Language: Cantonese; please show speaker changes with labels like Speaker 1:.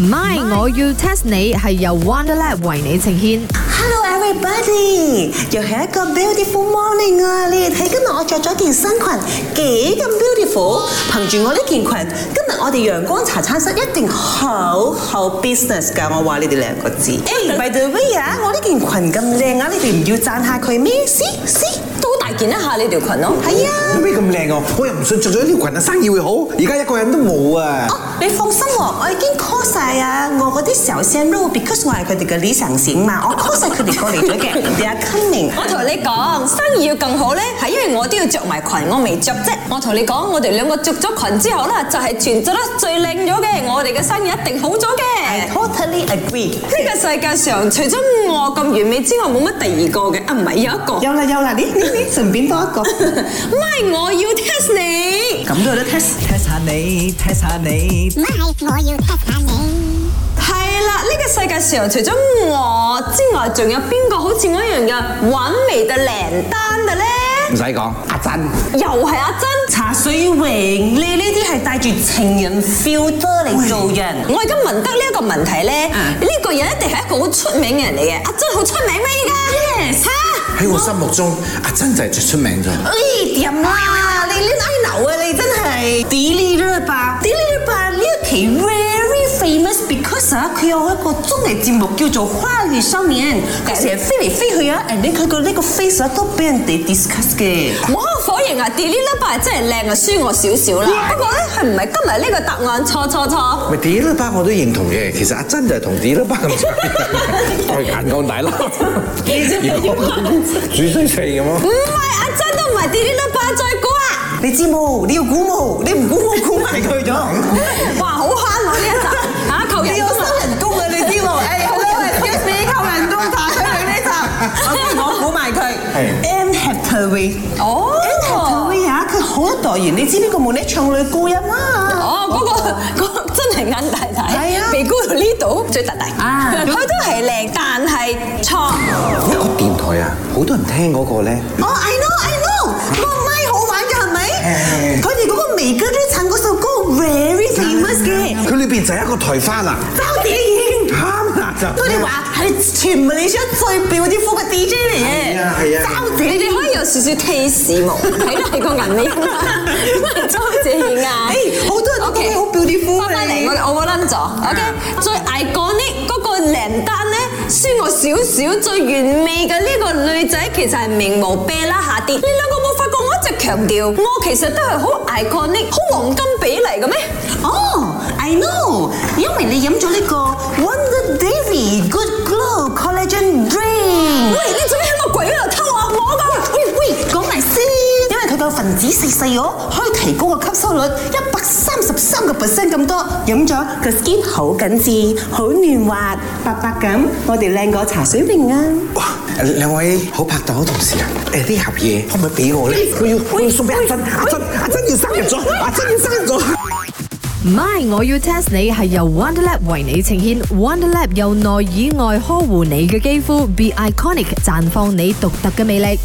Speaker 1: My，我要 test 你係由 Wonderlab 為你呈獻。
Speaker 2: Hello everybody，又係一個 beautiful morning 啊！你哋睇今日我着咗件新裙，幾咁 beautiful！憑住我呢件裙，今日我哋陽光茶餐室一定好好 business 㗎！我話你哋兩個字。誒、b y the way 啊，我呢件裙咁靚啊，你哋唔要讚下佢咩？See see，
Speaker 3: 都大件一下你條裙咯。
Speaker 2: 係啊。
Speaker 4: 有咩咁靚啊？我又唔信着咗呢條裙啊，生意會好。而家一個人都冇啊。
Speaker 2: 哦你放心喎，我已經 call 晒啊！我嗰啲小鮮肉，because 我係佢哋嘅理想型嘛，我 call 晒佢哋過嚟咗 嘅，they are coming。
Speaker 3: 我同你講，生意要更好呢，係因為我都要着埋裙，我未着啫。我同你講，我哋兩個着咗裙之後呢，就係全着得最靚咗嘅，我哋嘅生意一定好咗 嘅
Speaker 2: I。totally agree。
Speaker 3: 呢個世界上除咗我咁完美之外，冇乜第二個嘅。啊，唔係有一個。
Speaker 2: 有啦有啦，你你你順便多 一個，
Speaker 3: 咪我要 test 你。
Speaker 2: 咁都有得 test。
Speaker 5: test 下你，test 下你
Speaker 6: My，我要 test 下你。
Speaker 3: 係啦，呢個世界上除咗我之外，仲有邊個好似我一樣嘅玩味嘅靚單嘅呢？
Speaker 4: 唔使講，阿珍。
Speaker 3: 又係阿珍。
Speaker 2: 茶水榮，你呢啲係帶住情人 filter 嚟做人。
Speaker 3: 我而家問得呢一個問題咧，
Speaker 4: 嗯
Speaker 3: 呢個人一定係一個好出名嘅人嚟嘅。阿珍好出名咩？依家嚇，
Speaker 4: 喺我心目中，阿珍就係最出名咗。
Speaker 2: 哎，掂啦，你呢 I know 啊，你真係 d e l i r 吧 d e l i r 吧呢一期 very famous because 啊，佢有一個綜藝節目叫做《花月少年》，佢成日飛嚟飛去啊，and then 佢個呢個 face 啊都俾人哋 discuss 嘅。
Speaker 3: 我否認啊 d e l i l a b a 真係靚啊，輸我少少啦。不過咧，佢唔係今日呢個答案錯錯錯。
Speaker 4: 咪 d i l 巴我都認同嘅，其實阿珍就係同 d i l 巴咁上下， 我係眼光 大啦，煮水四咁咯
Speaker 3: 唔。係阿珍都唔係 d e l i l a b a 再估啊！
Speaker 2: 你知冇？你要估冇？你唔估我估埋佢咗。
Speaker 3: 哇，好慳喎呢一集嚇，扣
Speaker 2: 你
Speaker 3: 人
Speaker 2: 有
Speaker 3: 工啊
Speaker 2: 收人工啊！你 知喎？誒，好啦，excuse me，扣人工打出嚟呢集，我估埋佢。Anne Hathaway。
Speaker 3: 哦
Speaker 2: Anne Hathaway 啊，佢好多代言，你知呢個冇咧唱女高音啊？
Speaker 3: 哦，嗰、個、嗰個真係眼大大，
Speaker 2: 係啊
Speaker 3: 鼻哥到呢度最大大，佢都係靚，但係錯。
Speaker 4: 一個電台啊，好多人聽嗰個咧，
Speaker 2: 哦，I know，I know，個咪好玩嘅係咪？佢哋嗰個眉哥都唱嗰首歌 very famous 嘅，
Speaker 4: 佢裏邊就係一個台花啦，
Speaker 2: 周典燕。
Speaker 4: 啱啦就。
Speaker 2: 佢哋話係全馬來西亞最 beautiful 嘅 DJ 嚟嘅。
Speaker 4: 係啊係啊
Speaker 2: 周
Speaker 3: 你
Speaker 2: 典
Speaker 3: 哋可以有少少 taste 冇？睇到係個銀面啊，周謝雅。
Speaker 2: 誒好多人都覺得好 beautiful
Speaker 3: 翻返嚟，啊
Speaker 2: 你
Speaker 3: 我我我撚咗。OK，最 iconic 嗰個靚單咧，輸我少少。最完美嘅呢個女仔其實係名無啤啦下跌。你兩個冇發覺我一直強調，我其實都係好 iconic，好黃金比例嘅咩？
Speaker 2: 哦，I know，因為你飲咗呢個 Wonder Davy Good Glow Collagen Drink。
Speaker 3: 喂，你做咩喺個櫃嗰度偷我我㗎？
Speaker 2: 喂喂，講埋先，因為佢個分子細細哦，可以提高個吸收率一百三十三個 percent 咁多。飲咗個 skin 好緊緻，好嫩滑，白白咁，我哋靚過茶水泳啊！
Speaker 4: 哇！兩位好拍檔好同事啊，誒呢盒嘢可唔可以俾我咧？我要我要送俾阿珍，阿珍阿珍要生日咗，阿珍要生日咗。
Speaker 1: My，我要 test 你係由 Wonderlab 為你呈獻。Wonderlab 由內以外呵護你嘅肌膚，Be Iconic 綻放你獨特嘅魅力。